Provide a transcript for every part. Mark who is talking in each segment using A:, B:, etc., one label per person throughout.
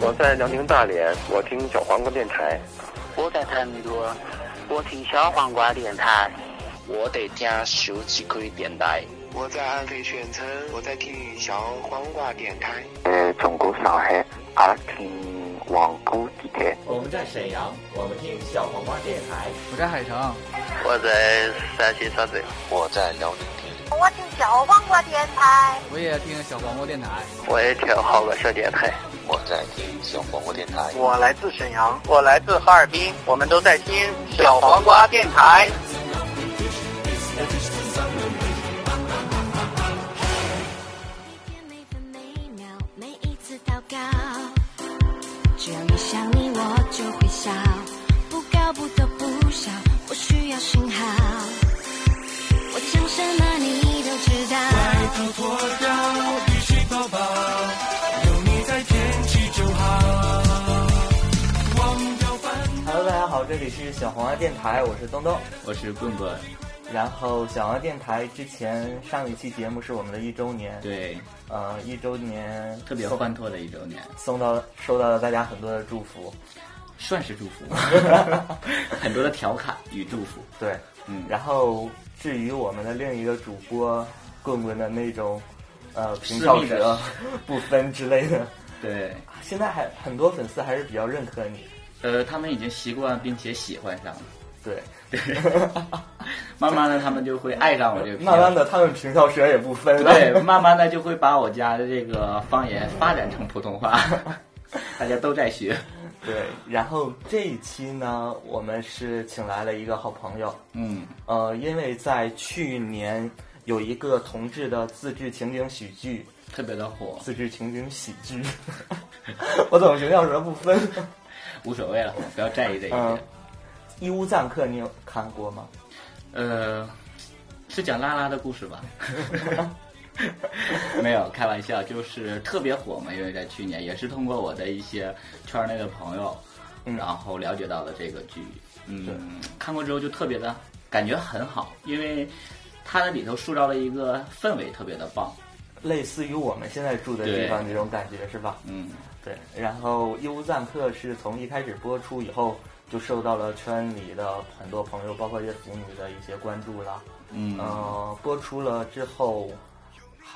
A: 我在辽宁大连，我听小黄瓜电台。
B: 我在成都，我听小黄瓜电台。
C: 我得听手机可以电台。
D: 我在安徽宣城，我在听小黄瓜电台。
E: 呃，中国上海，啊听黄谷地铁。
F: 我们在沈阳，我们听小黄瓜电台。
G: 我在海城，
H: 我在山西沙嘴，
I: 我在辽宁听。
J: 我听小黄瓜电台。
G: 我也听小黄瓜电台。
H: 我也听好个小电台。
I: 我在听小黄瓜电台。
K: 我来自沈阳，
L: 我来自哈尔滨，我们都在听小黄瓜电台。
M: 只要一想你，我就会笑，不高不低不小，我需要信号。我想什么你都知道。
N: 外套脱掉，雨水抱抱，有你在天气就好。忘掉烦恼。
O: Hello，大家好，这里是小黄鸭电台，我是东东，
P: 我是棍棍。
O: 然后小黄电台之前上一期节目是我们的一周年，
P: 对，
O: 呃，一周年
P: 特别欢脱的一周年，
O: 送到收到了大家很多的 祝福，
P: 算是祝福，很多的调侃与祝福，
O: 对，嗯。然后至于我们的另一个主播棍棍的那种，呃，平翘舌不分之类的，
P: 对，
O: 现在还很多粉丝还是比较认可你，
P: 呃，他们已经习惯并且喜欢上了。
O: 对，
P: 对，慢慢的他们就会爱上我这个。
O: 慢慢的，他们平翘舌也不分
P: 了。对，慢慢的就会把我家的这个方言发展成普通话， 大家都在学。
O: 对，然后这一期呢，我们是请来了一个好朋友。
P: 嗯，
O: 呃，因为在去年有一个同志的自制情景喜剧
P: 特别的火，
O: 自制情景喜剧， 我怎么平翘舌不分？
P: 无所谓了，不要在意这一点。
O: 呃《义乌赞客》你有看过吗？
P: 呃，是讲拉拉的故事吧？ 没有，开玩笑，就是特别火嘛，因为在去年也是通过我的一些圈内的朋友，
O: 嗯、
P: 然后了解到了这个剧。嗯，看过之后就特别的感觉很好，因为它的里头塑造了一个氛围特别的棒，
O: 类似于我们现在住的地方这种感觉是吧？
P: 嗯，
O: 对。然后《义乌赞客》是从一开始播出以后。就受到了圈里的很多朋友，包括一些腐女的一些关注了。
P: 嗯，
O: 呃，播出了之后，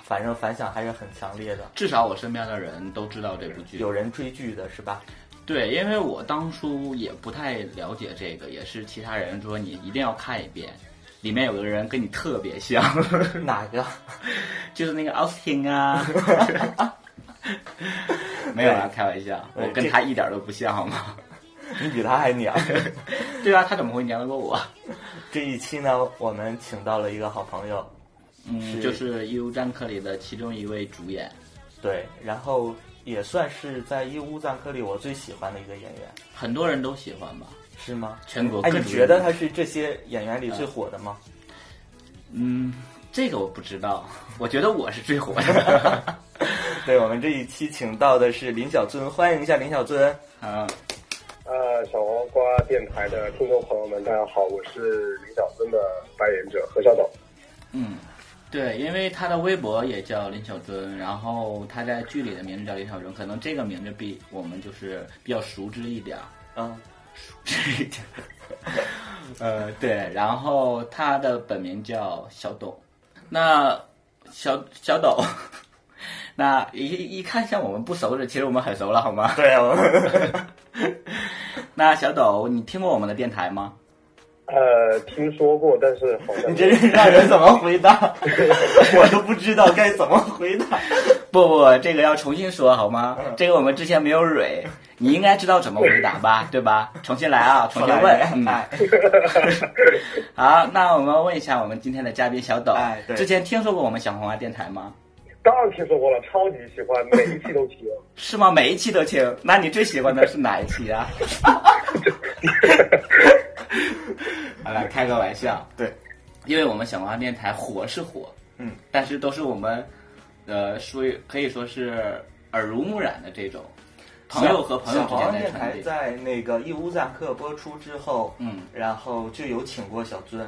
O: 反正反响还是很强烈的。
P: 至少我身边的人都知道这部剧，
O: 有人追剧的是吧？
P: 对，因为我当初也不太了解这个，也是其他人说你一定要看一遍，里面有个人跟你特别像，
O: 哪个？
P: 就是那个奥斯汀啊。没有啊，开玩笑，我跟他一点都不像，好吗？
O: 你比他还娘，
P: 对啊，他怎么会娘得过我？
O: 这一期呢，我们请到了一个好朋友，
P: 嗯，
O: 是
P: 就是《义乌赞客》里的其中一位主演，
O: 对，然后也算是在《义乌赞客》里我最喜欢的一个演员，
P: 很多人都喜欢吧？
O: 是吗？
P: 全国
O: 哎，你觉得他是这些演员里最火的吗？
P: 嗯，这个我不知道，我觉得我是最火的。
O: 对我们这一期请到的是林小尊，欢迎一下林小尊
P: 啊。
Q: 呃，小黄瓜电台的听众朋友们，大家好，我是林小尊的扮演者何小斗。
P: 嗯，对，因为他的微博也叫林小尊，然后他在剧里的名字叫林小尊，可能这个名字比我们就是比较熟知一点儿。
O: 嗯，
P: 熟知一点。 呃，对，然后他的本名叫小董，那小小董。 那一一看像我们不熟的，其实我们很熟了，好吗？
O: 对啊。
P: 那小斗，你听过我们的电台吗？
Q: 呃，听说过，但是好 像
O: 你这让人怎么回答？ 我都不知道该怎么回 答。
P: 不不，这个要重新说好吗？这个我们之前没有蕊，你应该知道怎么回答吧？对吧？重新来啊，重新问。嗯。
O: 哎
P: 好，那我们问一下我们今天的嘉宾小斗，
O: 哎、
P: 之前听说过我们小红花电台吗？
Q: 当然听说过了，超级喜欢，每一期都听。
P: 是吗？每一期都听？那你最喜欢的是哪一期 啊？好了，开个玩笑。
O: 对，
P: 因为我们小黄电台火是火，
O: 嗯，
P: 但是都是我们，呃，属于可以说是耳濡目染的这种，朋友和朋友之间
O: 电台在那个《义乌赞客》播出之后，
P: 嗯，
O: 然后就有请过小尊。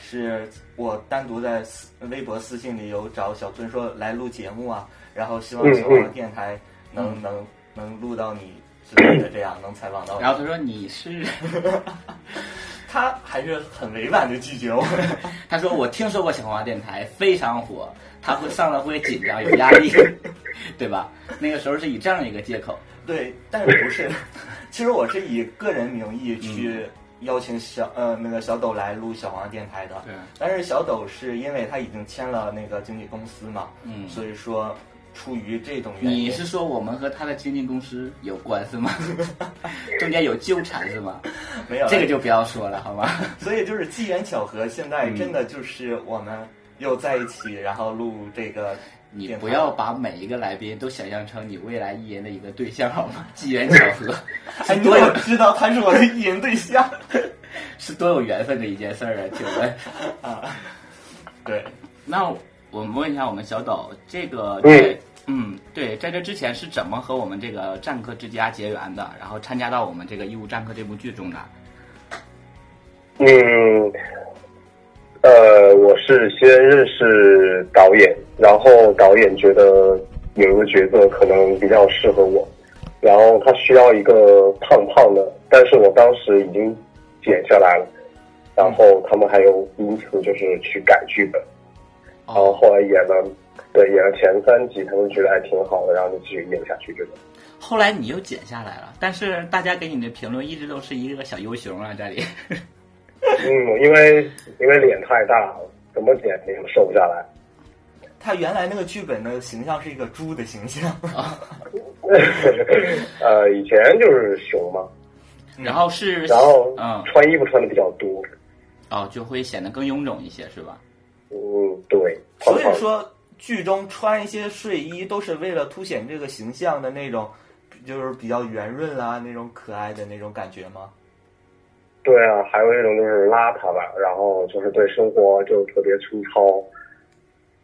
O: 是我单独在私微博私信里有找小尊说来录节目啊，然后希望小黄电台能、
P: 嗯、
O: 能能录到你之类的，这样能采访到。
P: 然后他说你 是，
O: 他还是很委婉的拒绝 我。
P: 他说我听说过小黄瓜电台非常火，他会上来会紧张有压力，对吧？那个时候是以这样一个借口。
O: 对，但是不是？其实我是以个人名义去邀请小、嗯、呃那个小抖来录小黄电台的。
P: 对。
O: 但是小抖是因为他已经签了那个经纪公司嘛，
P: 嗯，
O: 所以说。出于这种原因，
P: 你是说我们和他的经纪公司有官司吗？中间有纠缠是吗？
O: 没有，
P: 这个就不要说了，好吗？
O: 所以就是机缘巧合，现在真的就是我们又在一起，嗯、然后录这个。
P: 你不要把每一个来宾都想象成你未来艺人的一个对象好吗？机缘巧合，
O: 哎，你我知道他是我的艺人对象，
P: 是多有缘分的一件事儿啊！请问
O: 啊，对，
P: 那。我们问一下，我们小岛这个，嗯，对，在这之前是怎么和我们这个《战客之家》结缘的？然后参加到我们这个《义务战客》这部剧中的？
Q: 嗯，呃，我是先认识导演，然后导演觉得有一个角色可能比较适合我，然后他需要一个胖胖的，但是我当时已经减下来了，然后他们还有因此就是去改剧本。然后后来演了，对，演了前三集，他们觉得还挺好的，然后就继续演下去这种。
P: 后来你又减下来了，但是大家给你的评论一直都是一个小优熊啊，这里。
Q: 嗯，因为因为脸太大了，怎么减也瘦不下来。
O: 他原来那个剧本的形象是一个猪的形象。
Q: 呃，以前就是熊嘛。
P: 然后是，
Q: 然后
P: 嗯，
Q: 穿衣服穿的比较多。
P: 哦，就会显得更臃肿一些，是吧？
Q: 嗯，对。
O: 所以说，剧中穿一些睡衣都是为了凸显这个形象的那种，就是比较圆润啦、啊，那种可爱的那种感觉吗？
Q: 对啊，还有一种就是邋遢吧，然后就是对生活就特别粗糙，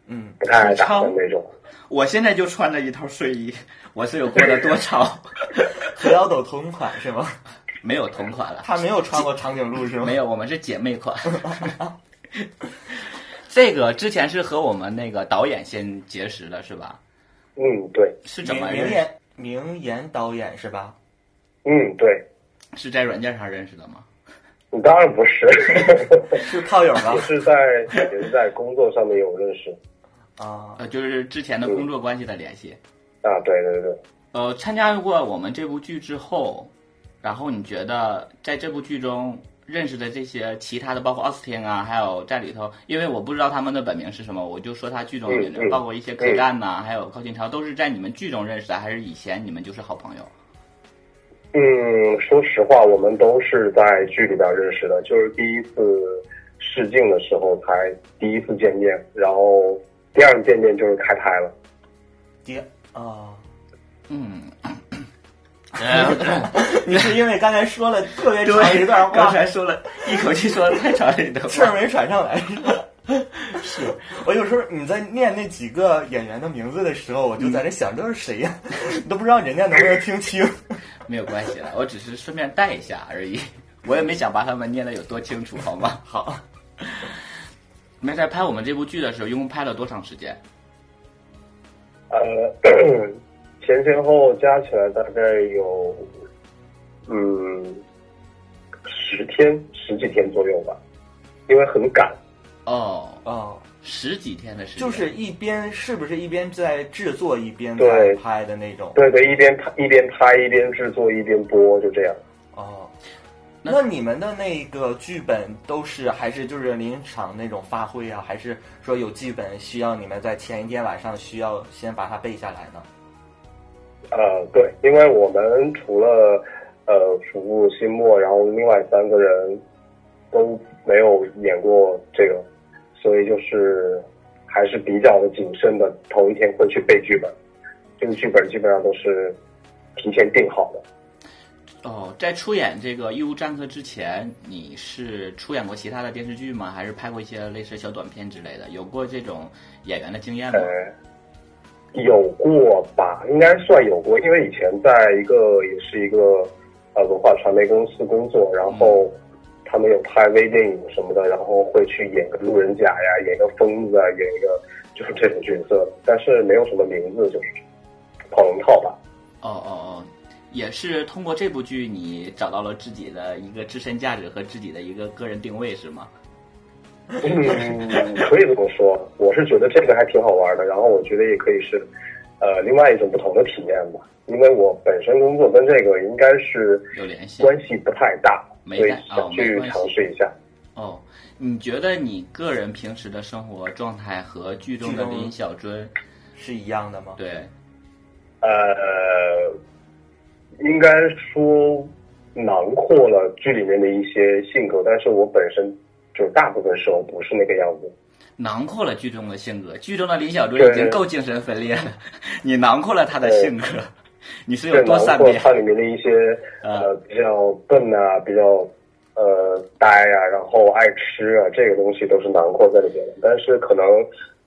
O: 嗯，
Q: 不太爱打扮那种。
P: 我现在就穿着一套睡衣，我是有过得多潮。
O: 和小斗同款是吗？
P: 没有同款了，
O: 他没有穿过长颈鹿是 吗？
P: 没有，我们是姐妹款。 这个之前是和我们那个导演先结识的，是吧？
Q: 嗯，对，
P: 是怎么
O: 明言明言导演是吧？
Q: 嗯，对，
P: 是在软件上认识的吗？
Q: 你当然不是，
O: 是炮友 吗？
Q: 是在也是在工作上面有认识
O: 啊，
P: 呃，就是之前的工作关系的联系、
Q: 嗯、啊，对对对。
P: 呃，参加过我们这部剧之后，然后你觉得在这部剧中？认识的这些其他的，包括奥斯汀啊，还有在里头，因为我不知道他们的本名是什么，我就说他剧中的人，包括一些柯干呐，还有高金超，都是在你们剧中认识的，还是以前你们就是好朋友？
Q: 嗯，说实话，我们都是在剧里边认识的，就是第一次试镜的时候才第一次见面，然后第二次见面就是开拍了。
O: 第啊、哦，
P: 嗯。
O: 你是因为刚才说了特别长一段话，
P: 刚才说了一口气说了太长一段话，
O: 气儿没喘上来是吧？ 是我有时候你在念那几个演员的名字的时候，我就在这想这是谁呀、 啊？嗯、都不知道人家能不能听清。
P: 没有关系了，我只是顺便带一下而已，我也没想把他们念的有多清楚，好吗？
O: 好。
P: 没在拍我们这部剧的时候，一共拍了多长时间？
Q: 呃。 前前后加起来大概有，嗯，十天十几天左右吧，因为很赶。
P: 哦
O: 哦，
P: 十几天的时间，
O: 就是一边是不是一边在制作一边在拍的那种？
Q: 对对，一边拍一边拍一边制作一边播，就这样。
O: 哦，那你们的那个剧本都是还是就是临场那种发挥啊，还是说有剧本需要你们在前一天晚上需要先把它背下来呢？
Q: 呃，对，因为我们除了呃服务新墨，然后另外三个人都没有演过这个，所以就是还是比较的谨慎的。头一天会去背剧本，这个剧本基本上都是提前定好的。
P: 哦，在出演这个《义务战客》之前，你是出演过其他的电视剧吗？还是拍过一些类似小短片之类的？有过这种演员的经验吗？
Q: 呃有过吧，应该算有过，因为以前在一个也是一个呃文化传媒公司工作，然后他们有拍微电影什么的，然后会去演个路人甲呀，演个疯子啊，演一个就是这种角色，但是没有什么名字，就是跑龙套吧。
P: 哦哦哦，也是通过这部剧你找到了自己的一个自身价值和自己的一个个人定位是吗？
Q: 嗯，可以这么说。我是觉得这个还挺好玩的，然后我觉得也可以是，呃，另外一种不同的体验吧。因为我本身工作跟这个应该是
P: 有联系，
Q: 关系不太大，
P: 没
Q: 所以
P: 带
Q: 想
P: 哦没
Q: 去
P: 关系
Q: 尝试一下。
P: 哦，你觉得你个人平时的生活状态和剧中的
O: 剧中
P: 林小尊
O: 是一样的吗？
P: 对，
Q: 呃，应该说囊括了剧里面的一些性格，但是我本身就大部分时候不是那个样子。
P: 囊括了剧中的性格。剧中的林小尊
Q: 对
P: 已经够精神分裂了， 你囊括了他的
Q: 对
P: 性格， 你是
Q: 对，
P: 有多啊
Q: 囊
P: 善
Q: 括
P: 变？
Q: 它里面的一些呃比较笨啊，比较呃呆啊，然后爱吃啊，这个东西都是囊括在里面的。但是可能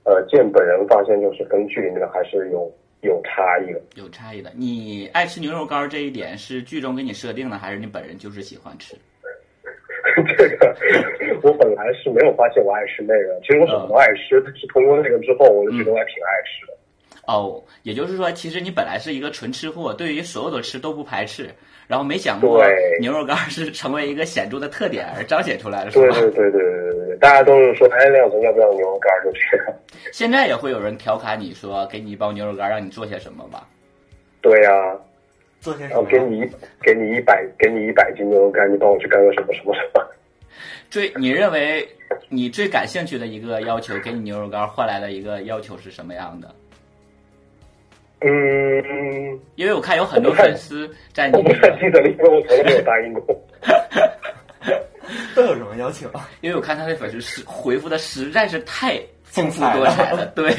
Q: 呃见本人发现，就是跟剧里面的还是有有差异的。
P: 有差异的。你爱吃牛肉干儿这一点是剧中给你设定的，还是你本人就是喜欢吃？
Q: 这个我本来是没有发现我爱吃那个，其实我什么
P: 啊
Q: 都爱吃，但是通过那个之后，我就觉得我还挺爱吃的。
P: 哦，也就是说，其实你本来是一个纯吃货，对于所有的吃都不排斥，然后没想过
Q: 对
P: 牛肉干儿是成为一个显著的特点而彰显出来了，是
Q: 对
P: 吧？
Q: 对对对对对对，大家都是说，哎，亮总要不要牛肉干儿？就这样。
P: 现在也会有人调侃你说给你一包牛肉干儿，让你做些什么吧？
Q: 对呀、
O: 做些
Q: 然后给你
P: 啊
Q: 一给你一百给你一百斤牛肉干，你帮我去干个什么什么什么？
P: 最你认为你最感兴趣的一个要求，给你牛肉干儿换来的一个要求是什么样的？
Q: 嗯，
P: 因为我看有很多粉丝在你
Q: 我不
P: 那
Q: 太
P: 个，
Q: 记得了，因为我从来没有答应过。
O: 都有什么啊要求？
P: 因为我看他的粉丝是回复的实在是太
O: 丰
P: 富多彩了， 对，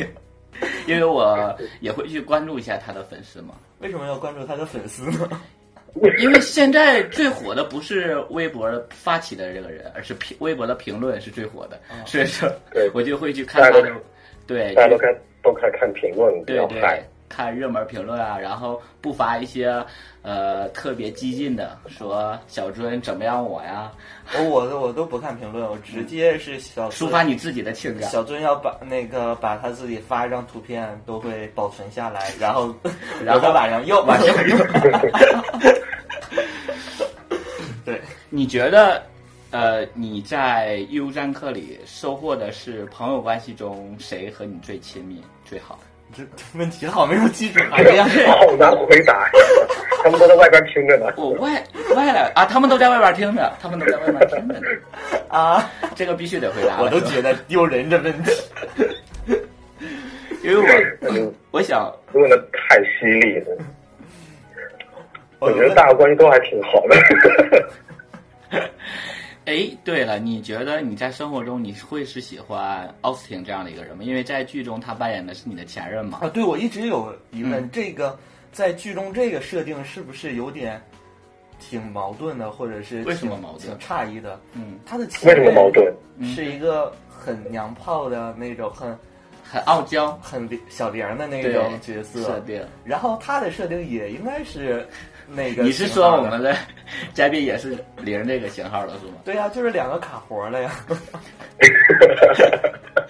P: 因为我也会去关注一下他的粉丝嘛。
O: 为什么要关注他的粉丝呢？
P: 因为现在最火的不是微博发起的这个人，而是评微博的评论是最火的， 所以说我就会去看他的，对，
Q: 大家都
P: 就
Q: 开都开始看评论，比
P: 对
Q: 较嗨
P: 对。，看热门评论啊，然后不乏一些呃特别激进的，说小尊怎么样我呀，
O: 我我都我都不看评论，我直接是小
P: 抒发你自己的情感
O: 小尊要把那个把他自己发一张图片都会保存下来， 然后
P: 然后
O: 我到晚上又
P: 晚上
O: 又
P: 又
O: 对，
P: 你觉得呃你在义务战课里收获的是朋友关系中谁和你最亲密最好？
O: 这这问题好没有基准啊！
Q: 这样好难回 答，他们都在外边听着呢。
P: 我外外来啊，他们都在外边听着，他们都在外边听着呢。
O: 啊，
P: 这个必须得回答了。
O: 我都
P: 是吧
O: 觉得丢人这问题。
P: 因为我我想
Q: 问的太犀利了，
O: 我
P: 哦
Q: 我觉得大家关系都还挺好 的。
P: 哎，对了，你觉得你在生活中你会是喜欢奥斯汀这样的一个人吗？因为在剧中他扮演的是你的前任嘛。
O: 啊，对，我一直有疑问，这个在剧中这个设定是不是有点挺矛盾的，或者是
P: 为什
O: 挺
P: 么矛盾
O: 挺诧异的，
P: 嗯，
O: 他的前
Q: 为什么矛盾
O: 是一个很娘炮的那种，很
P: 很傲娇、
O: 很小玲的那
P: 对
O: 种角色
P: 设定。
O: 然后他的设定也应该是那个，
P: 你是说我们？的嘉宾也是零这个型号了是吗？
O: 对呀、就是两个卡活了呀。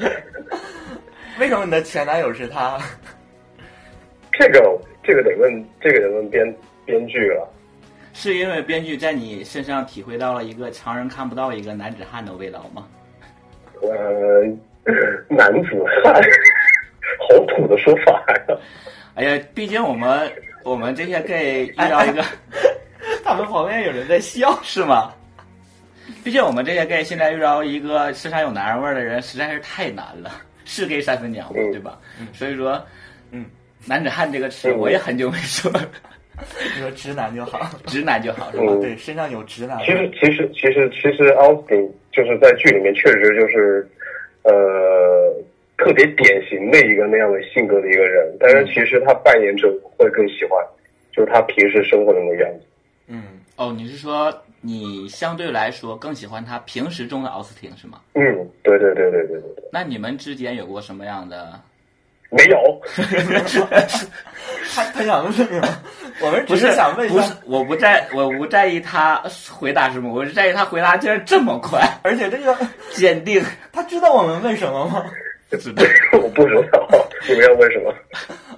O: 为什么你的前男友是他？
Q: 这个这个得问这个得问编编剧了。
P: 是因为编剧在你身上体会到了一个常人看不到一个男子汉的味道吗？
Q: 呃，男子汉， 好土的说法呀。
P: 哎呀，毕竟我们我们这些 gay 遇到一个，
O: 哎他们旁边有人在笑，
P: 是吗？毕竟我们这些 gay 现在遇到一个身上有男人味儿的人，实在是太难了， 是 gay 三分娘嘛，对吧？所以说，
O: 嗯，
P: 男子汉这个词我也很久没说，
O: 你说直男就好，
P: 直男就好是吧？
Q: 嗯
O: 对，身上有直男味。
Q: 其实，其实，其实，其实，奥斯汀就是在剧里面确实就是，呃，特别典型的一个那样的性格的一个人。但
O: 嗯
Q: 是其实他扮演者我会更喜欢，就是他平时生活的那个样子。
O: 嗯，
P: 哦，你是说你相对来说更喜欢他平时中的奥斯汀是吗？
Q: 嗯，对对对对对对对，
P: 那你们之间有过什么样 的？
Q: 没有。
O: 他他想问什 么？我们只
P: 不是
O: 想问一
P: 不是
O: 下，，
P: 我不在，我不在意他回答什么，我是在意他回答竟然这么快，
O: 而且这个
P: 坚定，
O: 他知道我们问什么吗？
P: 不知道。
Q: 我不知道你们要问什么。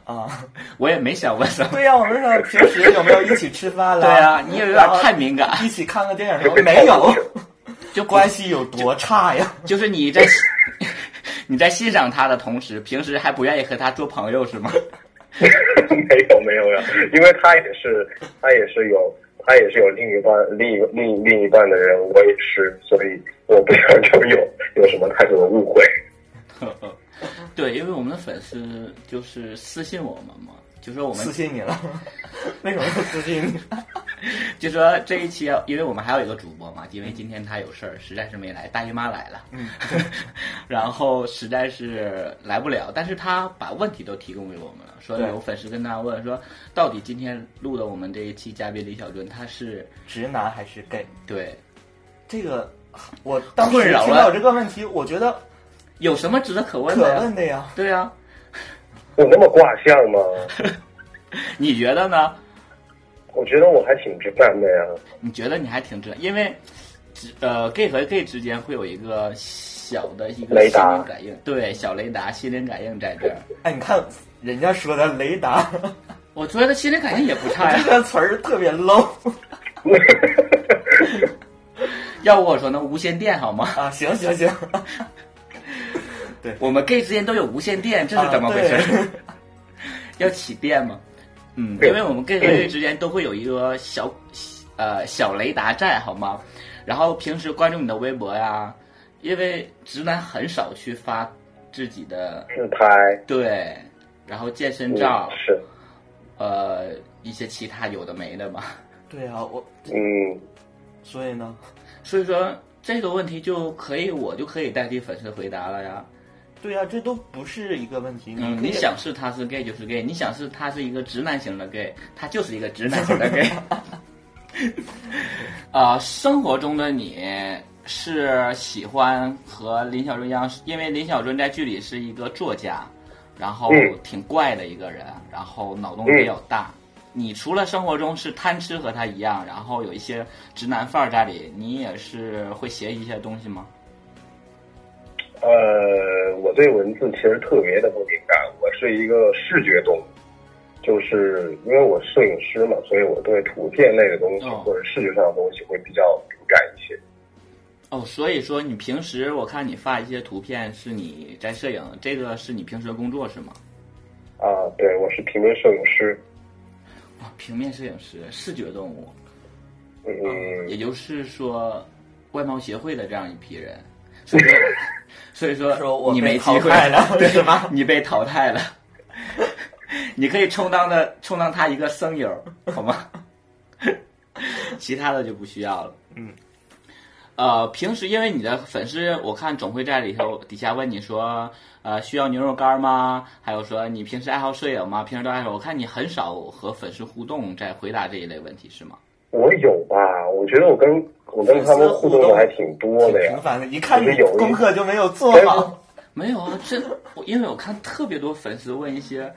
O: 啊，
P: 我也没想问什么。
O: 对啊呀、我们说平时有没有一起吃饭了？
P: 对啊你也有点太敏感。
O: 一起看个电影什么没有？
P: 就
O: 关系有多差呀？
P: 就是你在你在欣赏他的同时，平时还不愿意和他做朋友是吗？
Q: 没有没有呀，因为他也是他也是有他也是有另一半另一另另一半的人，我也是，所以我不想就有有什么太多的误会。
O: 嗯
P: 对，因为我们的粉丝就是私信我们嘛，就说我们
O: 私信你了，为什么又私信你？
P: 就说这一期要，因为我们还有一个主播嘛，因为今天他有事儿，实在是没来，大姨妈来了，
O: 嗯，
P: 然后实在是来不了，但是他把问题都提供给我们了，说
O: 对
P: 有粉丝跟他问说，到底今天录的我们这一期嘉宾李小军他是
O: 直男还是 gay？
P: 对，
O: 这个我当
P: 困
O: 时
P: 扰
O: 听
P: 了
O: 到这个问题，我觉得
P: 有什么值得可问
O: 可
P: 的呀？
O: 问的呀。
P: 对啊呀、
Q: 我那么卦象吗？
P: 你觉得呢？
Q: 我觉得我还挺直男的呀。
P: 你觉得你还挺直，因为直呃 gay 和 gay 之间会有一个小的一个
Q: 雷达
P: 心灵感应，对，小雷达心灵感应在这儿。
O: 哎，你看人家说的雷达，
P: 我觉得心灵感应也不差呀
O: 这。个词儿特别 low
P: 要不我说那无线电好吗？
O: 啊！行行行，对
P: 我们 gay 之间都有无线电，这是怎么回事？
O: 啊对
P: 要起电吗？嗯，因为我们 gay 和 gay 之间都会有一个小呃小雷达在，好吗？然后平时关注你的微博呀，因为直男很少去发自己的
Q: 自拍嗯
P: 对，然后健身照、
Q: 是，
P: 呃一些其他有的没的吧。
O: 对啊，我
Q: 嗯，
O: 所以呢，
P: 所以说这个问题就可以，我就可以代替粉丝回答了呀。
O: 对呀、这都不是一个问题。
P: 嗯，
O: 可以
P: 你想是他是 gay 就是 gay，你想是他是一个直男型的 gay，他就是一个直男型的 gay。啊、生活中的你是喜欢和林小春一样，因为林小春在剧里是一个作家，然后
Q: 嗯
P: 挺怪的一个人，然后脑洞比较大。你除了生活中是贪吃和他一样，然后有一些直男范儿在里，你也是会写一些东西吗？
Q: 呃，我对文字其实特别的不敏感，我是一个视觉动物，就是因为我摄影师嘛，所以我对图片类的东西或者视觉上的东西会比较敏感一些。
P: 哦，所以说你平时我看你发一些图片，是你在摄影，这个是你平时的工作是吗？
Q: 啊，对，我是平面摄影师，
P: 啊，平面摄影师，视觉动物，
Q: 嗯，
P: 也就是说，外貌协会的这样一批人，所以 说，所以说
O: 说我
P: 你没
O: 被
P: 机
O: 淘
P: 会
O: 汰了
P: 对
O: 是吧？
P: 你被淘汰了， 你可以充当的充当他一个声友，好吗？ 其他的就不需要了。
O: 嗯，
P: 呃，平时因为你的粉丝，我看总会在里头底下问你说，呃，需要牛肉干吗？还有说你平时爱好摄影吗？平时都爱好，我看你很少和粉丝互动，在回答这一类问题是吗？
Q: 我有吧？我觉得我跟我跟他们互动的还挺多的
O: 挺
Q: 呀
O: 频。繁的，一看
Q: 我
O: 你
Q: 觉得有一哎
O: 功课就没有做好。
P: 没有啊，这我因为我看特别多粉丝问一些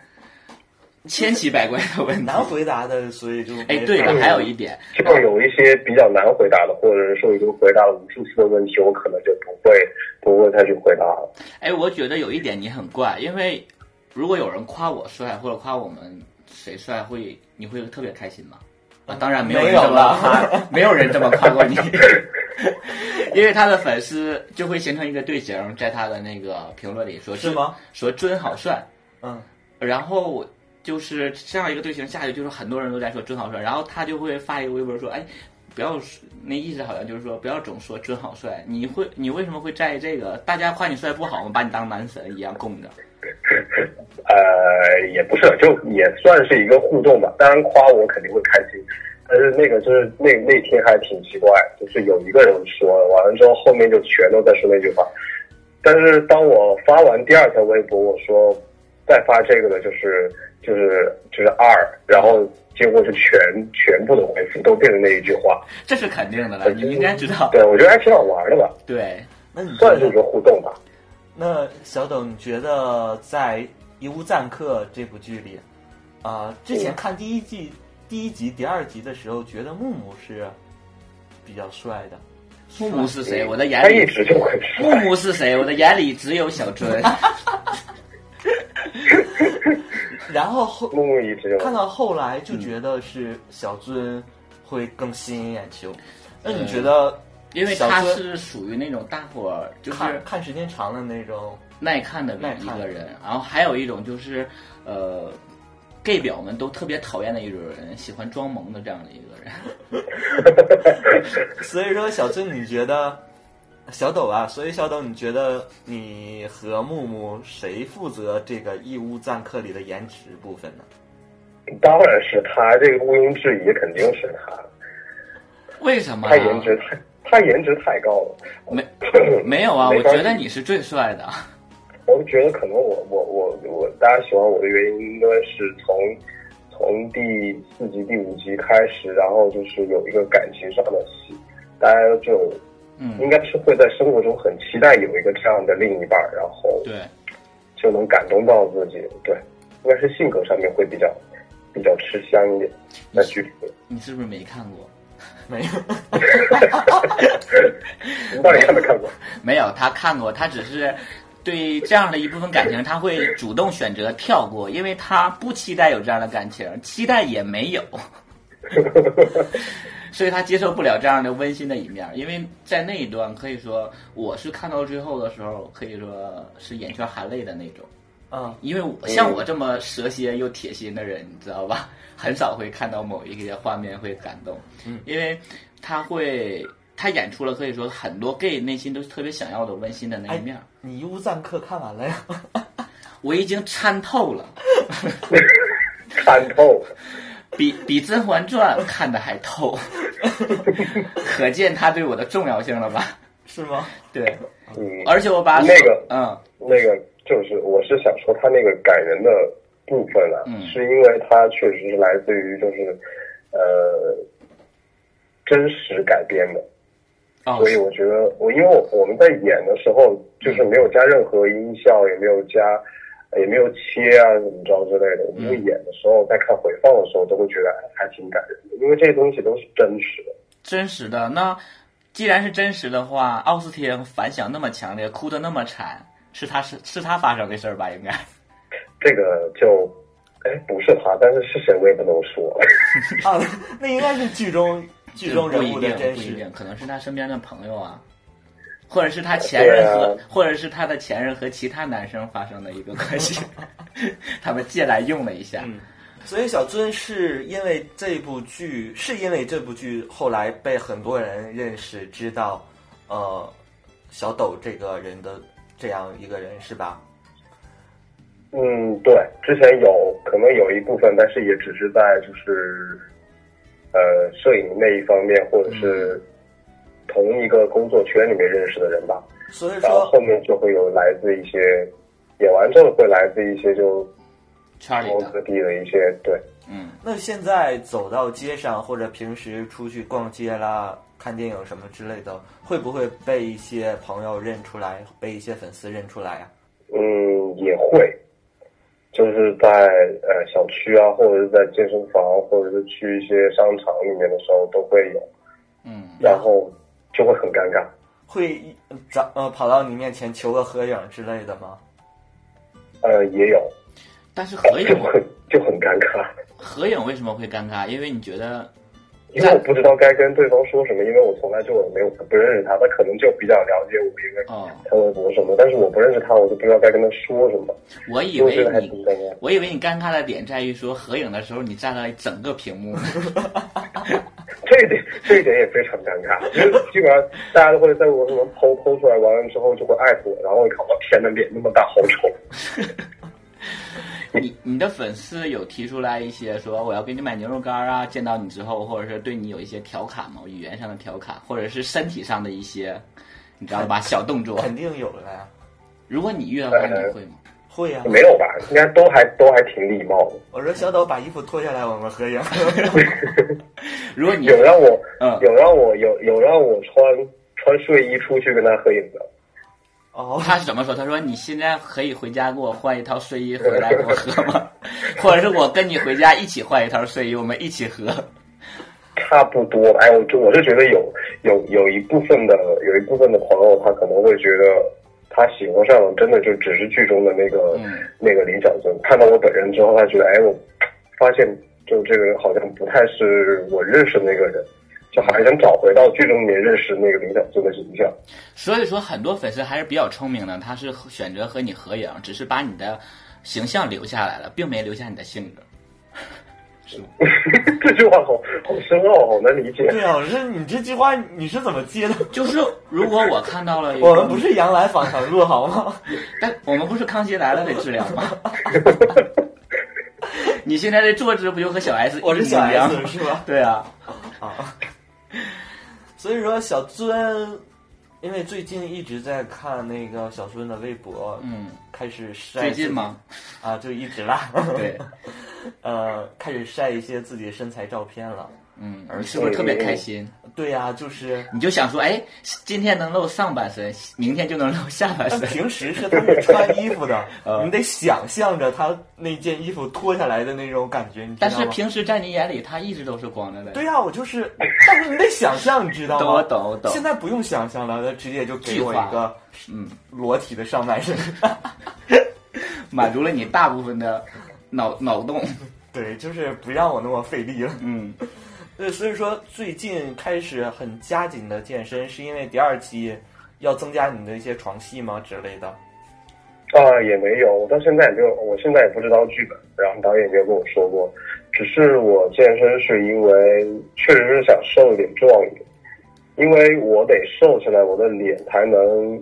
P: 千奇百怪的问
O: 很
P: 题。
O: 难回答的，所以就
P: 哎，
O: 没
P: 对
O: 法
P: 了，还有一点，
Q: 就有一些比较难回答的，或者是说已经回答了无数次的问题，我可能就不会不会再去回答了。
P: 哎，我觉得有一点你很怪，因为如果有人夸我帅或者夸我们谁帅，会你会特别开心吗？啊，当然没有人这
O: 没有
P: 么
O: 吧
P: 夸， 没有人这么夸过你， 因为他的粉丝就会形成一个队形，在他的那个评论里说
O: 是吗？
P: 说尊好帅，
O: 嗯，
P: 然后就是这样一个队形下去，就是很多人都在说真好帅，然后他就会发一个微博说，哎，不要那意思好像就是说不要总说真好帅，你会你为什么会在意这个？大家夸你帅不好吗？把你当男神一样供着。
Q: 呃，也不是，就也算是一个互动吧。当然夸我肯定会开心，但是那个就是那那天还挺奇怪，就是有一个人说了，完了之后后面就全都在说那句话。但是当我发完第二条微博，我说再发这个的就是就是就是二，然后结果就全全部的回复都变成那一句话。
P: 这是肯定的了，你应该知道。
Q: 对，我觉得还挺好玩的吧，
P: 对，
O: 那你觉
Q: 算是一
O: 得
Q: 个互动吧。
O: 那小董，你觉得在《一屋赞客》这部剧里，啊、之前看第一季、第一集、第二集的时候，觉得木木是比较帅的。
P: 木木是谁？我的眼
Q: 哎他一
P: 里
Q: 直就很帅
P: 木 木是谁？我的眼里只有小春。
O: 然后后
Q: 木木一直
O: 看到后来就觉得是小尊会更吸引眼球。那你觉得？
P: 因为他是属于那种大伙儿呃就是
O: 看时间长的那种
P: 耐看的一个人，然后还有一种就是呃，gay 表们都特别讨厌的一种人，喜欢装萌的这样的一个
O: 人。所以说，小尊，你觉得小斗啊？所以小斗，你觉得你和木木谁负责这个义乌赞客里的颜值部分呢？
Q: 当然是他，这个毋庸置疑，肯定是他。
P: 为什么、啊？
Q: 他颜值太。他颜值太高了，
P: 没 没有啊？我觉得你是最帅的。
Q: 我觉得可能我我我我大家喜欢我的原因，应该是从从第四集第五集开始，然后就是有一个感情上的戏，大家就嗯，应该是会在生活中很期待有一个这样的另一半，然后
P: 对
Q: 就能感动到自己。对，应该是性格上面会比较比较吃香一点。
P: 嗯
Q: 在剧里面，
P: 你是不是没看过？
O: 没有，
Q: 你到底看没看过？
P: 没有，他看过，他只是对这样的一部分感情，他会主动选择跳过，因为他不期待有这样的感情，期待也没有， 所以他接受不了这样的温馨的一面。因为在那一段，可以说我是看到最后的时候，可以说是眼圈含泪的那种。
O: 嗯，
P: 因为我像我这么蛇蝎又铁心的人，你知道吧？ 很少会看到某一些画面会感动，
O: 嗯，
P: 因为他会他演出了可以说很多 gay 内心都特别想要的温馨的那一面。哎、
O: 你《乌赞克》看完了呀？
P: 我已经参透了，
Q: 参透，
P: 比比《甄嬛传》 看的还透，可见他对我的重要性了吧？
O: 是吗？
P: 对，
Q: 嗯，
P: 而且我把
Q: 那个，
P: 嗯，
Q: 那个。就是我是想说他那个感人的部分啊，
P: 嗯、
Q: 是因为它确实是来自于就是呃真实改编的，
P: 哦、
Q: 所以我觉得我因为我们在演的时候就是没有加任何音效，也没有加也没有切啊怎么着之类的，我们演的时候在看回放的时候都会觉得还挺感人的，因为这些东西都是真实的，
P: 真实的。那既然是真实的话，奥斯汀反响那么强烈，哭的那么惨。是他是是他发生的事儿吧？应该，
Q: 这个就，哎，不是他，但是是谁我也不能说。
O: 啊，那应该是剧中剧中人物的真
P: 实，不一定，可能是他身边的朋友啊，或者是他前任和，
Q: 啊、
P: 或者是他的前任和其他男生发生的一个关 系，他们借来用了一下。
O: 嗯、所以小尊是因为这部剧，是因为这部剧后来被很多人认识，知道，呃，小斗这个人的。这样一个人是吧？
Q: 嗯，对，之前有可能有一部分，但是也只是在就是呃摄影那一方面，或者是同一个工作圈里面认识的人吧。
O: 所以
Q: 说，然后后面就会有来自一些演完之后会来自一些就
P: 圈里
Q: 各地的一些对，
P: 嗯。
O: 那现在走到街上或者平时出去逛街啦。看电影什么之类的，会不会被一些朋友认出来，被一些粉丝认出来呀、
Q: 啊？嗯，也会，就是在呃小区啊，或者是在健身房，或者是去一些商场里面的时候都会有。
P: 嗯，
Q: 然后就会很尴尬。
O: 会找呃跑到你面前求个合影之类的吗？
Q: 呃，也有，
P: 但是合影
Q: 就 很就很尴尬。
P: 合影为什么会尴尬？因为你觉得。
Q: 因为我不知道该跟对方说什么，因为我从来就没有不认识他，他可能就比较了解我，因为
P: 哦
Q: 他微博什么，但是我不认识他，我就不知道该跟他说什么。
P: 我以为你，我以为你尴尬的点在于说合影的时候你占了整个屏 幕，
Q: 这一点这一点也非常尴尬，因为基本上大家都会在我什么剖剖出来，完了之后就会艾特我，然后我靠，我天呐，脸那么大，好
P: 嗯
Q: 丑。
P: 你你的粉丝有提出来一些说我要给你买牛肉干啊，见到你之后，或者是对你有一些调侃吗？语言上的调侃，或者是身体上的一些，你知道吧？小动作
O: 肯定有了呀。
P: 如果你遇到他，你会 吗？
O: 呃、会呀、啊。
Q: 没有吧？应该都还都还挺礼貌的。
O: 我说小岛把衣服脱下来，我们合影。
P: 如果你
Q: 有让我，
P: 嗯，
Q: 有让我有有让我穿穿睡衣出去跟他合影的。
O: 哦，
P: 他怎么说？他说你现在可以回家给我换一套睡衣回来给我喝吗？ 或者是我跟你回家一起换一套睡衣，我们一起喝？
Q: 差不多。哎，我就我是觉得有有有一部分的有一部分的朋友，他可能会觉得他喜欢上真的就只是剧中的那个、
P: 嗯、
Q: 那个李小尊。看到我本人之后，他觉得哎，我发现就这个人好像不太是我认识的那个人，就还想找回到剧中里面认识那个李小尊的形象。
P: 所以说，很多粉丝还是比较聪明的，他是选择和你合影，只是把你的形象留下来了，并没留下你的性格。
Q: 这句话好好深奥，好难理解。
O: 对啊，我说你这句话你是怎么接的？
P: 就是如果我看到了，
O: 我们不是杨澜访谈录好吗？
P: 但我们不是康熙来了的质量 吗？你现在的坐姿不就和小 S
O: 我是小 S 是吧？
P: 对啊，
O: 啊， 所以说小尊，因为最近一直在看那个小尊的微博，
P: 嗯，
O: 开始晒
P: 最近吗？
O: 啊，就一直啦，
P: 对，
O: 呃，开始晒一些自己的身材照片了。
P: 嗯，你是不是特别开心？
O: 对呀、啊， 就是
P: 你就想说，哎，今天能露上半身，明天就能露下半身。
O: 呃平时是他是穿衣服的，
P: 嗯
O: 你得想象着他那件衣服脱下来的那种感觉，你
P: 但是平时在你眼里，他一直都是光着的。
O: 对呀、啊，我就是，但是你得想象，你知道吗？
P: 懂懂懂。懂
O: 现在不用想象了，他直接就给我一个
P: 嗯
O: 裸体的上半身，
P: 满足了你大部分的脑脑洞。
O: 对，就是不让我那么费力了。
P: 嗯。
O: 对，所以说最近开始很加紧的健身，是因为第二期要增加你的一些床戏吗之类的？
Q: 啊、呃，也没有，我到现在也没有，我现在也不知道剧本，然后导演也没有跟我说过。只是我健身是因为确实是想瘦一点、壮一点，因为我得瘦下来，我的脸才能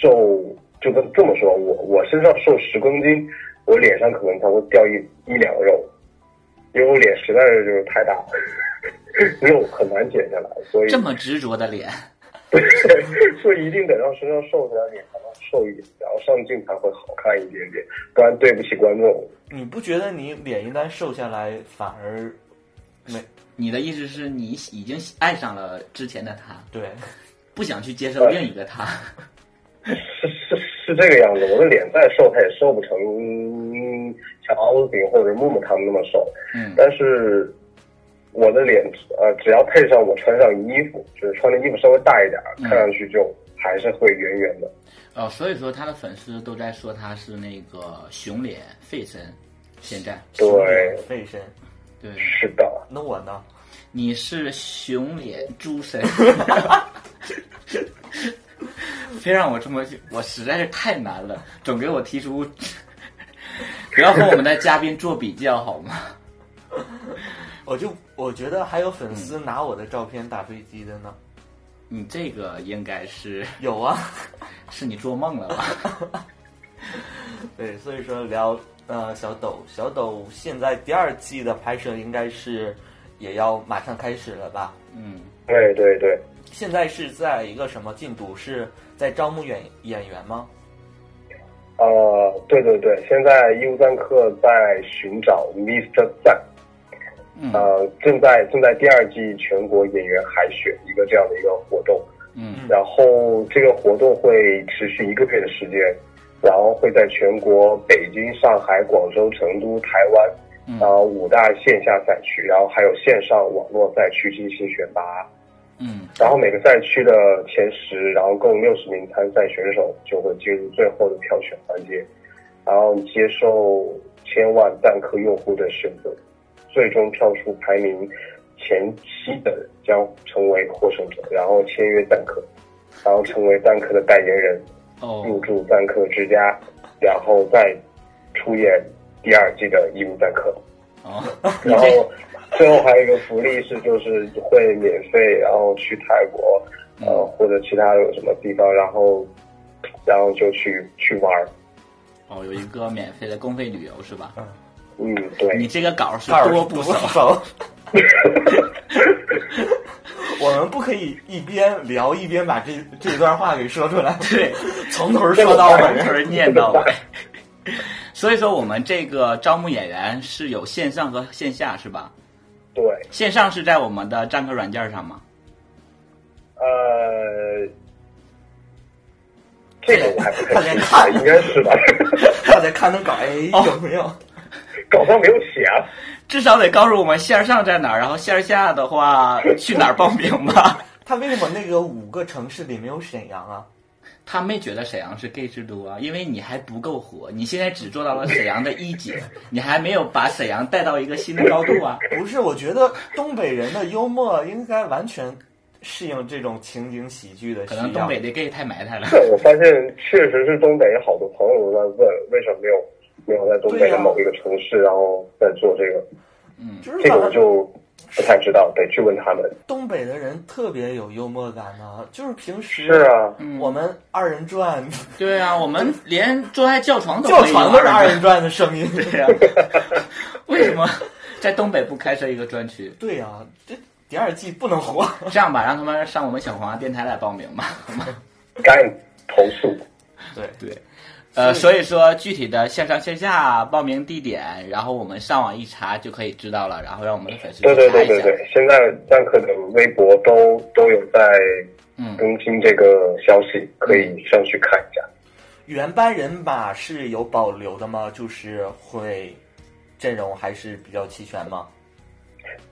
Q: 瘦。就跟这么说，我我身上瘦十公斤，我脸上可能才会掉一一两肉。因为我脸实在是就是太大了， 肉很难减下来，所以
P: 这么执着的脸，
Q: 对，所以一定得让身上瘦下来，脸才能瘦一点，然后上镜才会好看一点点，不然对不起观众。
O: 你不觉得你脸一旦瘦下来，反而没？
P: 你的意思是你已经爱上了之前的他，
O: 对，
P: 不想去接
O: 呃
P: 受另一个他。
Q: 是是是这个样子，我的脸再瘦，它也瘦不成嗯像凹子或者木木他们那么瘦。
P: 嗯，
Q: 但是我的脸，呃，只要配上我穿上衣服，就是穿的衣服稍微大一点，看上去就还是会圆圆的。
P: 嗯、哦，所以说他的粉丝都在说他是那个熊脸废身，现在
Q: 对
O: 废身，
P: 对，
Q: 是的。
O: 那我呢？
P: 你是熊脸猪身。非让我这么，我实在是太难了，总给我提出，不要和我们的嘉宾做比较好吗？
O: 我就我觉得还有粉丝
P: 嗯
O: 拿我的照片打飞机的呢，
P: 你这个应该是
O: 有啊，
P: 是你做梦了吧？
O: 对，所以说聊呃小抖，小抖现在第二季的拍摄应该是也要马上开始了吧？
P: 嗯，
Q: 对对对。
O: 现在是在一个什么进度？是在招募演演员吗？
Q: 呃，对对对，现在义务赞客在寻找 Mr. 赞，
P: 嗯、
Q: 呃，正在正在第二季全国演员海选一个这样的一个活动，
P: 嗯，
Q: 然后这个活动会持续一个月的时间，然后会在全国北京、上海、广州、成都、台湾，
P: 嗯、
Q: 然后五大线下赛区，然后还有线上网络赛区进行选拔。
P: 嗯，
Q: 然后每个赛区的前十，然后共六十名参赛选手就会进入最后的票选环节，然后接受千万赞客用户的选择，最终票出排名前七的人将成为获胜者，然后签约赞客，然后成为赞客的代言人，
P: 哦
Q: 入驻赞客之家，然后再出演第二季的义务赞客。
P: 哦，
Q: 然后。最后还有一个福利是，就是会免费，然后去泰国，呃，或者其他有什么地方，然后，然后就去去玩儿。
P: 哦，有一个免费的公费旅游是吧？
Q: 嗯，对。
P: 你这个稿是
O: 多
P: 不
O: 少？我们不可以一边聊一边把这这段话给说出来，
P: 对，
O: 从头说到尾，
P: 从头念到尾。 所以说，我们这个招募演员是有线上和线下是吧？
Q: 对，
P: 线上是在我们的战客软件上吗？
Q: 呃，这个我还不太看，应该是吧？
O: 他在看那稿，哎，有没有？
Q: 稿上没有写啊？
P: 至少得告诉我们线上在哪儿，然后线下的话去哪儿报名吧？
O: 他为什么那个五个城市里没有沈阳啊？
P: 他没觉得沈阳是 gay 之都啊，因为你还不够火，你现在只做到了沈阳的一姐，你还没有把沈阳带到一个新的高度 啊。
O: 不是，我觉得东北人的幽默应该完全适应这种情景喜剧的。
P: 可能东北的 gay 太埋汰了。
Q: 对，我发现确实是东北好多朋友都在问，为什么没有没有在东北的某一个城市，啊、然后在做这个？
O: 嗯，
Q: 这个我就。不太知道，得去问他们。
O: 东北的人特别有幽默感啊，就是平时
Q: 是啊，
P: 嗯
O: 我们二人 转。
P: 对啊，我们连坐在轿床都啊
O: 轿床都是二人转的声音。
P: 对呀、啊， 为什么在东北不开设一个专区？
O: 对呀、啊，这第二季不能活。
P: 这样吧，让他们上我们小黄鸭电台来报名吧， 好吗？
Q: 赶紧投诉。
O: 对
P: 对。呃，所以说具体的线上线下报名地点，然后我们上网一查就可以知道了，然后让我们的粉丝
Q: 对对对对对，现在赞客的微博都都有在
P: 嗯
Q: 更新这个消息，嗯、可以上去看一下。
O: 原班人马是有保留的吗？就是会阵容还是比较齐全吗？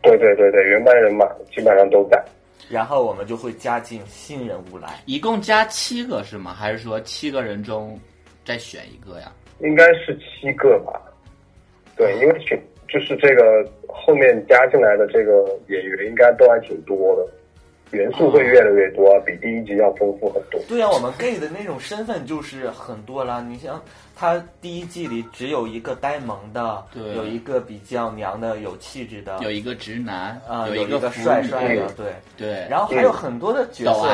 Q: 对对对对，原班人马基本上都在。
O: 然后我们就会加进新人物来，
P: 一共加七个是吗？还是说七个人中？再选一个呀，
Q: 应该是七个吧。对，因为选就是这个后面加进来的这个演员，应该都还挺多的，元素会越来越多，比第一集要丰富很多。
O: 对呀、啊，我们 gay 的那种身份就是很多啦。你像他第一季里只有一个呆萌的，有一个比较娘的、有气质的，
P: 有一个直男，
O: 啊、
P: 呃，
O: 有
P: 一个
O: 帅帅的，
P: 对
O: 对。然后还有很多的角色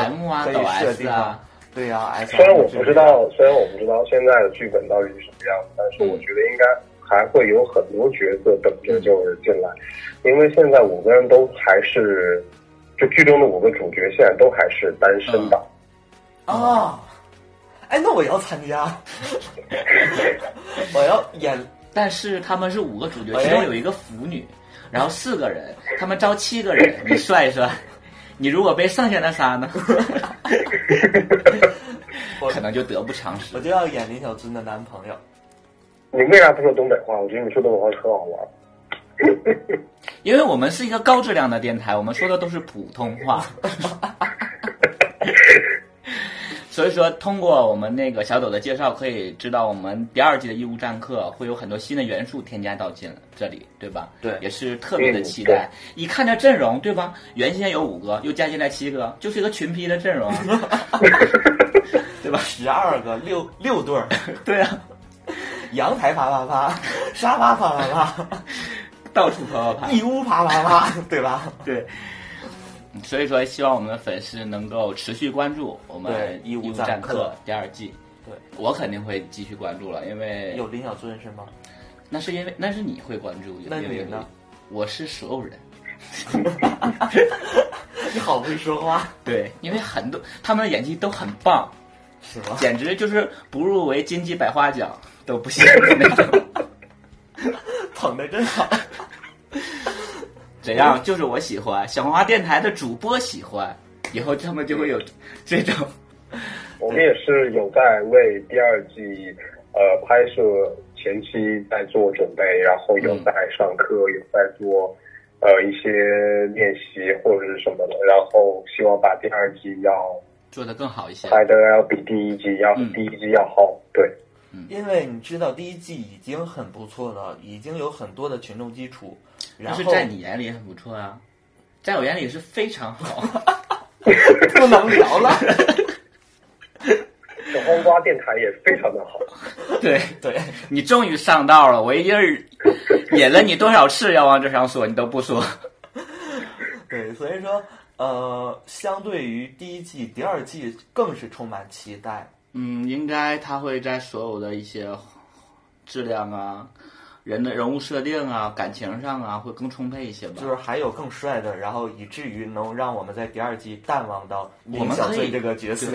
O: 可以设定
P: 啊。
O: 对呀、啊，
Q: 虽然我不知道，虽然我不知道现在的剧本到底是什么样，但是我觉得应该还会有很多角色等着就进来，因为现在五个人都还是，就剧中的五个主角现在都还是单身吧。
O: 啊、嗯哦，哎，那我要参加， 我要演，
P: 但是他们是五个主角，其中有一个腐女，然后四个人，他们招七个人，你帅帅。你如果被剩下那仨呢，
O: 我
P: 可能就得不偿失。
O: 我就要演林小军的男朋友。
Q: 你为啥不说东北话？我觉得你说东北话特好玩。
P: 因为我们是一个高质量的电台，我们说的都是普通话。所以说，通过我们那个小抖的介绍，可以知道我们第二季的义务战课会有很多新的元素添加到进这里，对吧？
O: 对，
P: 也是特别的期待。一看这阵容，对吧？原先有五个，又加进来七个，就是一个群批的阵容，对吧？
O: 十二个，六六对儿，
P: 对啊，
O: 阳台啪啪啪，沙发啪啪啪，
P: 到处啪啪啪，
O: 一屋啪啪啪， 对吧？
P: 对。所以说，希望我们的粉丝能够持续关注我们《
O: 义
P: 务
O: 战
P: 课》第二季。
O: 对，
P: 我肯定会继续关注了，因为
O: 有林小尊是吗？
P: 那是因为那是你会关注，
O: 那
P: 你
O: 呢？
P: 我是所有人。
O: 你好会说话。
P: 对，因为很多他们的演技都很棒，
O: 是吗？
P: 简直就是不入围金鸡百花奖都不行的那
O: 种。捧的 真好。
P: 怎样？就是我喜欢小红花电台的主播喜欢，以后他们就会有这种。
Q: 我们也是有在为第二季呃拍摄前期在做准备，然后有在上课，有在做呃一些练习或者是什么的，然后希望把第二季要
P: 做得更好一些，
Q: 拍的要比第一季要、嗯、第一季要好，对。
O: 因为你知道第一季已经很不错了，已经有很多的群众基础，然后
P: 是在你眼里很不错啊，在我眼里是非常好，
O: 不能聊了。
Q: 小黄瓜电台也非常的好，
P: 对
O: 对，
P: 你终于上道了，我一直引了你多少次要往这上说，你都不说。
O: 对，所以说呃，相对于第一季，第二季更是充满期待。
P: 嗯，应该他会在所有的一些质量啊、人的人物设定啊、感情上啊，会更充沛一些吧。
O: 就是还有更帅的，然后以至于能让我们在第二季淡忘到
P: 我们
O: 小醉这个角色。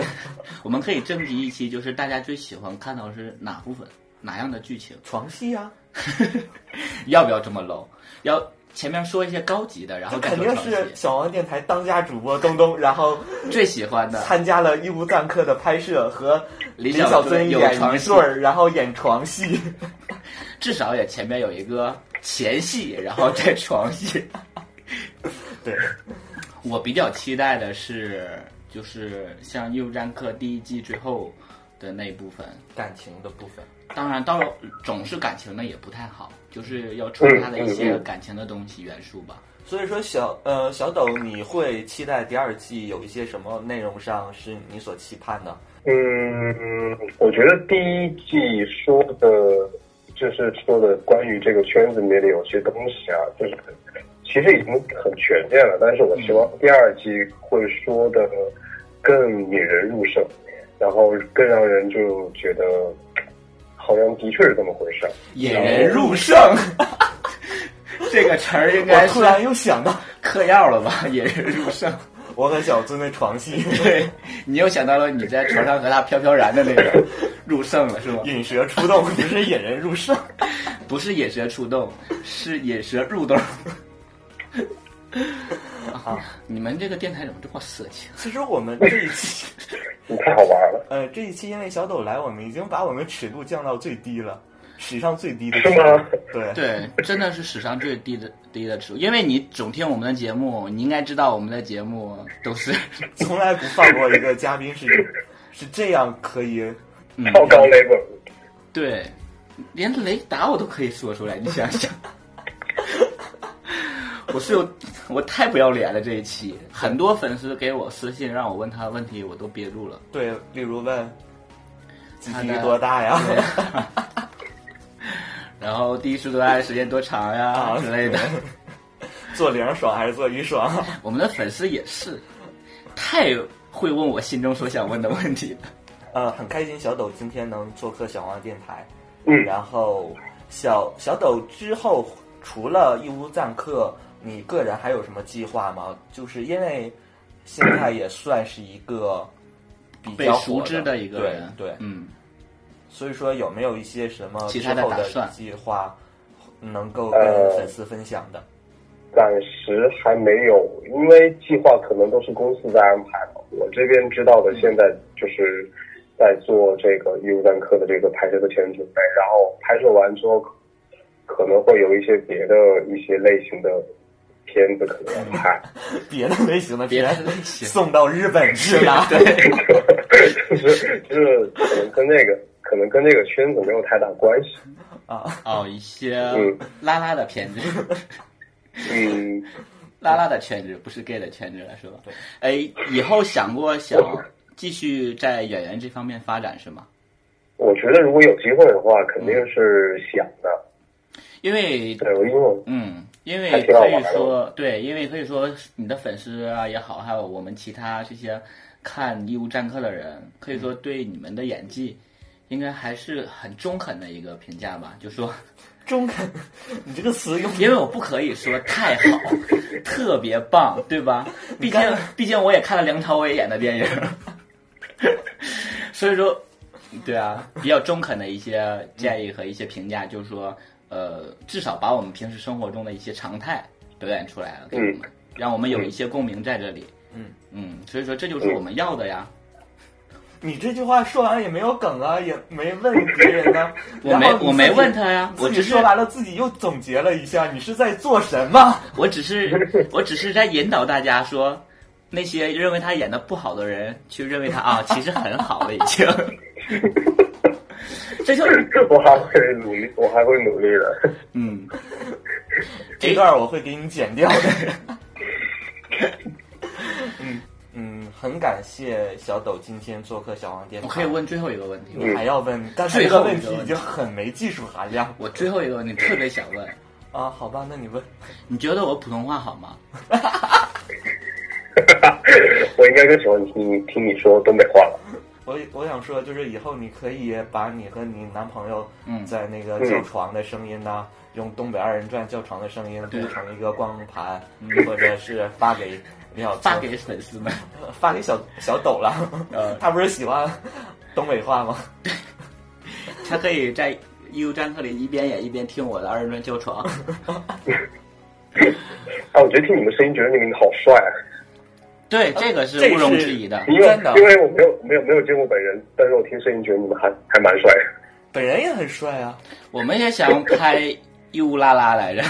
P: 我们可以征集一期，就是大家最喜欢看到是哪部分、哪样的剧 情？
O: 床戏啊？
P: 要不要这么 low？要前面说一些高级的，然后
O: 肯定是小王电台当家主播东东，然后
P: 最喜欢的
O: 参加了《义无赞客》的拍摄和
P: 李
O: 小
P: 尊
O: 演床
P: 戏，
O: 然后演床戏，
P: 至少也前面有一个前戏，然后再床戏。
O: 对，
P: 我比较期待的是就是像《右战课》第一季最后的那一部分
O: 感情的部分。
P: 当然，到总是感情的也不太好，就是要穿插的一些感情的东西元素吧。
O: 所以说小，小呃小斗，你会期待第二季有一些什么内容上是你所期盼的？
Q: 嗯，我觉得第一季说的，就是说的关于这个圈子里面的有些东西啊，就是其实已经很全面了。但是我希望第二季会说的更引人入胜，然后更让人就觉得。好像的确是这么回事，
P: 引人入胜， 这个词儿应该
O: 我突然又想到
P: 嗑药了吧？引人入胜，
O: 我和小尊的床 戏，
P: 对你又想到了你在床上和他飘飘然的那个入胜了是吗？
O: 引蛇出洞不是引人入胜，
P: 不是引蛇出洞，是引蛇入洞。 啊！你们这个电台怎么这么色情？啊
O: 其实我们这一 期
Q: 太好玩了。
O: 呃，这一期因为小斗来，我们已经把我们尺度降到最低了，史上最低的
Q: 是吗？
O: 对
P: 对，真的是史上最低的低的尺度。因为你总听我们的节目，你应该知道我们的节目都是
O: 从来不放过一个嘉宾是是这样可以
Q: 超高 level，、嗯、
P: 对，连雷达我都可以说出来，你想 想。我是有，我太不要脸了这一期，很多粉丝给我私信让我问他问题，我都憋住了。
O: 对，例如问，鸡鸡多大呀？
P: 然后第一次做爱时间多长呀、啊、之类的。
O: 做零爽还是做一爽？
P: 我们的粉丝也是，太会问我心中所想问的问题了。
O: 呃，很开心小斗今天能做客小王电台，
Q: 嗯，
O: 然后小小斗之后除了义乌赞客。你个人还有什么计划吗？就是因为现在也算是一个比较
P: 熟知
O: 的
P: 一个
O: 人，对对，
P: 嗯，
O: 所以说有没有一些什么
P: 其他
O: 的
P: 打算
O: 计划能够跟粉丝分享的、
Q: 呃？暂时还没有，因为计划可能都是公司在安排嘛。我这边知道的，现在就是在做这个《义务赞课》的这个拍摄的前准备，然后拍摄完之后可能会有一些别的一些类型的。片子可能要拍，
O: 别的类型的
P: 别的
O: 类型送到日本去了，
P: 啊对，
Q: 就是就是可能跟那个可能跟那个圈子没有太大关系
O: 啊
P: 哦，一些
Q: 嗯
P: 拉拉的片子，
Q: 嗯，
P: 拉拉的圈子不是 gay 的圈子了是吧？哎，以后想过想继续在演员这方面发展是吗？
Q: 我觉得如果有机会的话，肯定是想的，
P: 因为
Q: 对，因为
P: 嗯。因为可以说，对，因为可以说，你的粉丝啊也好，还有我们其他这些看《义务战客》的人，可以说对你们的演技，应该还是很中肯的一个评价吧。就说
O: 中肯，你这个词用，
P: 因为我不可以说太好，特别棒，对吧？毕竟，毕竟我也看了梁朝伟演的电影， 所以说，对啊，比较中肯的一些建议和一些评价，就是说。呃，至少把我们平时生活中的一些常态表演出来了，给我们，
Q: 嗯、
P: 让我们有一些共鸣在这里。
O: 嗯
P: 嗯，所以说这就是我们要的呀。
O: 你这句话说完也没有梗啊，也没问别人啊。
P: 我没我没问他呀，我只
O: 是说完了自己又总结了一下，你是在做什么？
P: 我只 是我只是在引导大家说，那些认为他演的不好的人，去认为他 啊，其实很好了已 经。这就
Q: 我还会努力，我还会努力的。
P: 嗯，
O: 这段我会给你剪掉 的。嗯嗯，很感谢小斗今天做客小王电台。
P: 我可以问最后一个问题，
O: 你还要问？但是这个问题已经很没技术含量。
P: 我最后一个问题特别想问
O: 啊，好吧，那你问。
P: 你觉得我普通话好吗？
Q: 我应该更喜欢听听你说东北话了。
O: 我我想说，就是以后你可以把你和你男朋友
P: 嗯
O: 在那个叫床的声音呐、啊，
Q: 嗯、
O: 用东北二人转叫床的声音录成一个光盘，
P: 嗯、
O: 或者是发给李小
P: 发给粉丝 们，
O: 发给小小抖了。
P: 呃、
O: 他不是喜欢东北话吗？
P: 他可以在《义务战课》里一边演一边听我的二人转叫床。
Q: 啊，我觉得听你们声音，觉得你们好帅、啊。
P: 对，这个是毋庸置疑哦的。啊
Q: 因为因为我没有没有没有见过本人，但是我听声音觉得你们还还蛮帅的。
O: 本人也很帅啊！
P: 我们也想拍《 伊乌拉拉》来着。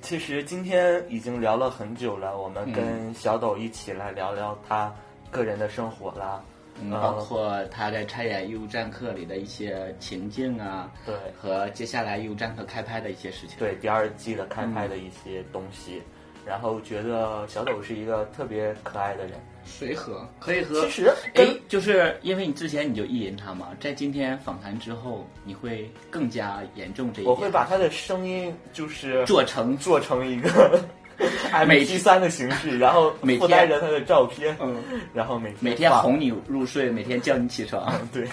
O: 其实今天已经聊了很久了，我
P: 嗯
O: 们跟小抖一起来聊聊他个人的生活啦，
P: 嗯、包括他在参演《义务战客》里的一些情境啊，
O: 呃对，
P: 和接下来《义务战客》开拍的一些事情，
O: 对第二季的开拍的一些东西。嗯然后觉得小抖是一个特别可爱的人，
P: 随和，可以和。
O: 其实，
P: 哎，就是因为你之前你就意淫他嘛，在今天访谈之后，你会更加严重这一点。
O: 我会把他的声音就是
P: 做成
O: 做成 一个 M P 三的形式，然后
P: 每
O: 附带着他的照片，
P: 嗯，
O: 然后每
P: 每天哄你入睡，每天叫你起床，
O: 对，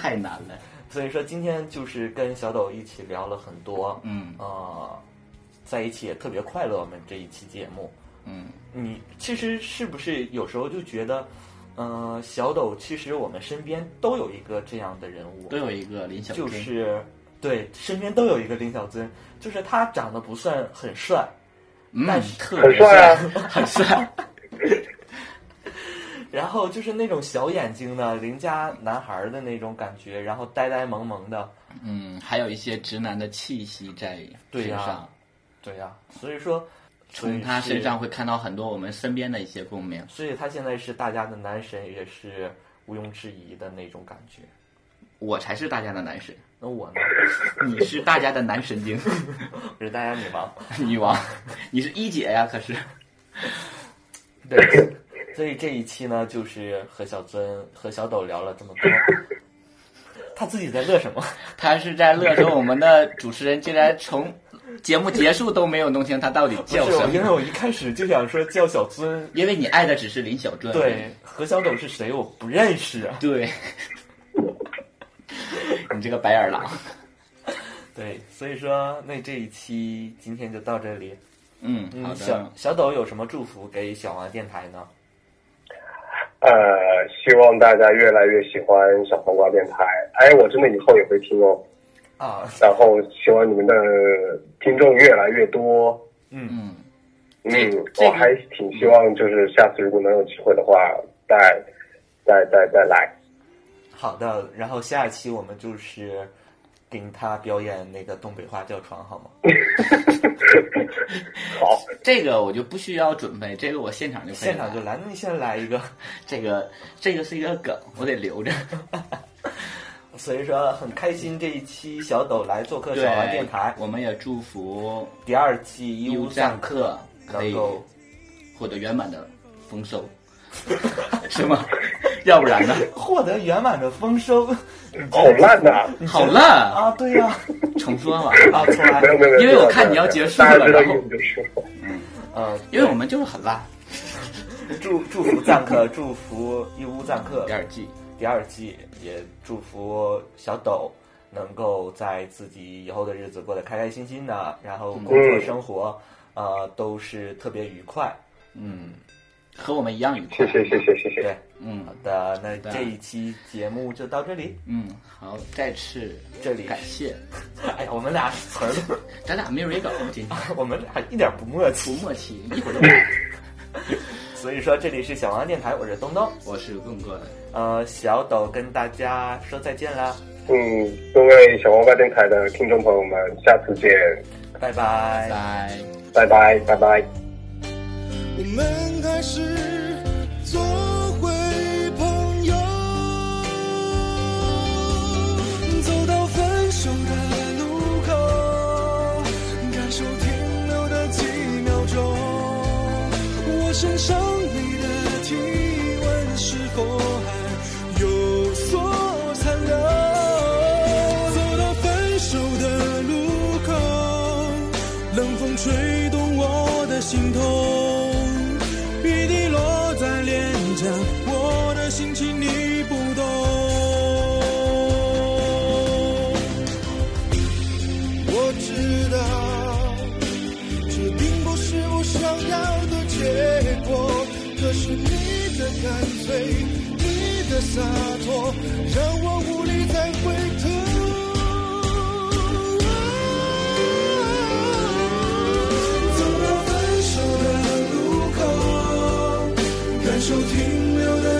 P: 太难了。
O: 所以说今天就是跟小抖一起聊了很多，
P: 嗯
O: 呃。在一起也特别快乐。我们这一期节目，
P: 嗯，
O: 你其实是不是有时候就觉得，呃，小抖其实我们身边都有一个这样的人物，
P: 都有一个林小
O: 尊，就是对，身边都有一个林小尊，就是他长得不算很帅，
P: 嗯、
O: 但是
P: 特别
Q: 帅，啊
P: 很 帅。
O: 然后就是那种小眼睛的邻家男孩的那种感觉，然后呆呆萌萌的，
P: 嗯，还有一些直男的气息在身上。
O: 对啊对呀、啊，所以说
P: 从他身上会看到很多我们身边的一些共鸣，
O: 所以他现在是大家的男神，也是毋庸置疑的那种感觉。
P: 我才是大家的男神，
O: 那我 呢？
P: 你是大家的男神经，
O: 我是大家女王，
P: 女王，你是一姐呀？可是，
O: 对，所以这一期呢，就是和小尊和小抖聊了这么多。 他自己在乐什么？
P: 他是在乐着我们的主持人竟然从节目结束都没有弄清他到底叫什么。
O: 因为我一开始就想说叫小尊，
P: 因为你爱的只是林小尊。
O: 对，何小抖是谁我不认识。啊
P: 对， 你这个白眼狼。
O: 对，所以说那这一期今天就到这里。
P: 嗯，好的。
O: 小小抖有什么祝福给小王电台呢？
Q: 呃，希望大家越来越喜欢小黄瓜电台。哎，我真的以后也会听哦。
O: 啊，
Q: 然后希望你们的听众越来越多。
O: 嗯
P: 嗯
Q: 嗯，我还挺希望，就是下次如果能有机会的话，再再再再来。
O: 好的，然后下一期我们就是给他表演那个东北话叫床，好吗？
Q: 好，
P: 这个我就不需要准备，这个我现场就可以。
O: 现场就来，那你先来一个。
P: 这个这个是一个梗，我得留着。
O: 所以说很开心这一期小抖来做客小王电台，
P: 我们也祝福
O: 第二季
P: 义
O: 务
P: 战
O: 课
P: 能
O: 够
P: 获得圆满的丰收， 是吗？ 要不 然呢？
O: 获得圆满的丰收，
P: 嗯
Q: 好烂呐！
P: 好烂
O: 啊！对呀、啊，
P: 重说嘛
O: 啊，重来，
Q: 没有没有，
P: 嗯因为我看你要结束了，然后
O: 嗯呃，
P: 因为我们就是很烂。
O: 祝祝福赞客， 祝福义乌赞客
P: 第二季。
O: 第二季也祝福小抖能够在自己以后的日子过得开开心心的，
P: 嗯
O: 然后工作生活、嗯、呃都是特别愉快，
P: 嗯，和我们一样愉
Q: 快。谢谢谢谢谢谢。
O: 对，
P: 嗯，
O: 好的，那这一期节目就到这里。
P: 嗯，好，再次
O: 这里
P: 感谢。
O: 哎呀，我们俩 词儿都，
P: 咱俩没蕊稿，今天
O: 我们俩一点不默契，
P: 不默契，一会儿就。
O: 所以说，这里是小王电台，我是东东，
P: 我是棍棍。
O: 呃，小抖跟大家说再见啦。
Q: 嗯，各位小王八电台的听众朋友们，下次见，
O: 拜拜
P: 拜
Q: 拜拜拜拜。
N: 我们还是做回朋友，走到分手的路口，感受停留的几秒钟。我身上你的体温是否还有所残留？走到分手的路口，冷风吹动我的心头，雨滴落在脸颊，我的心情你不懂。我知道，这并不是我想要的。结果，可是你的干脆，你的洒脱，让我无力再回头。走到分手的路口，感受停留的。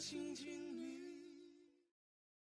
N: 轻轻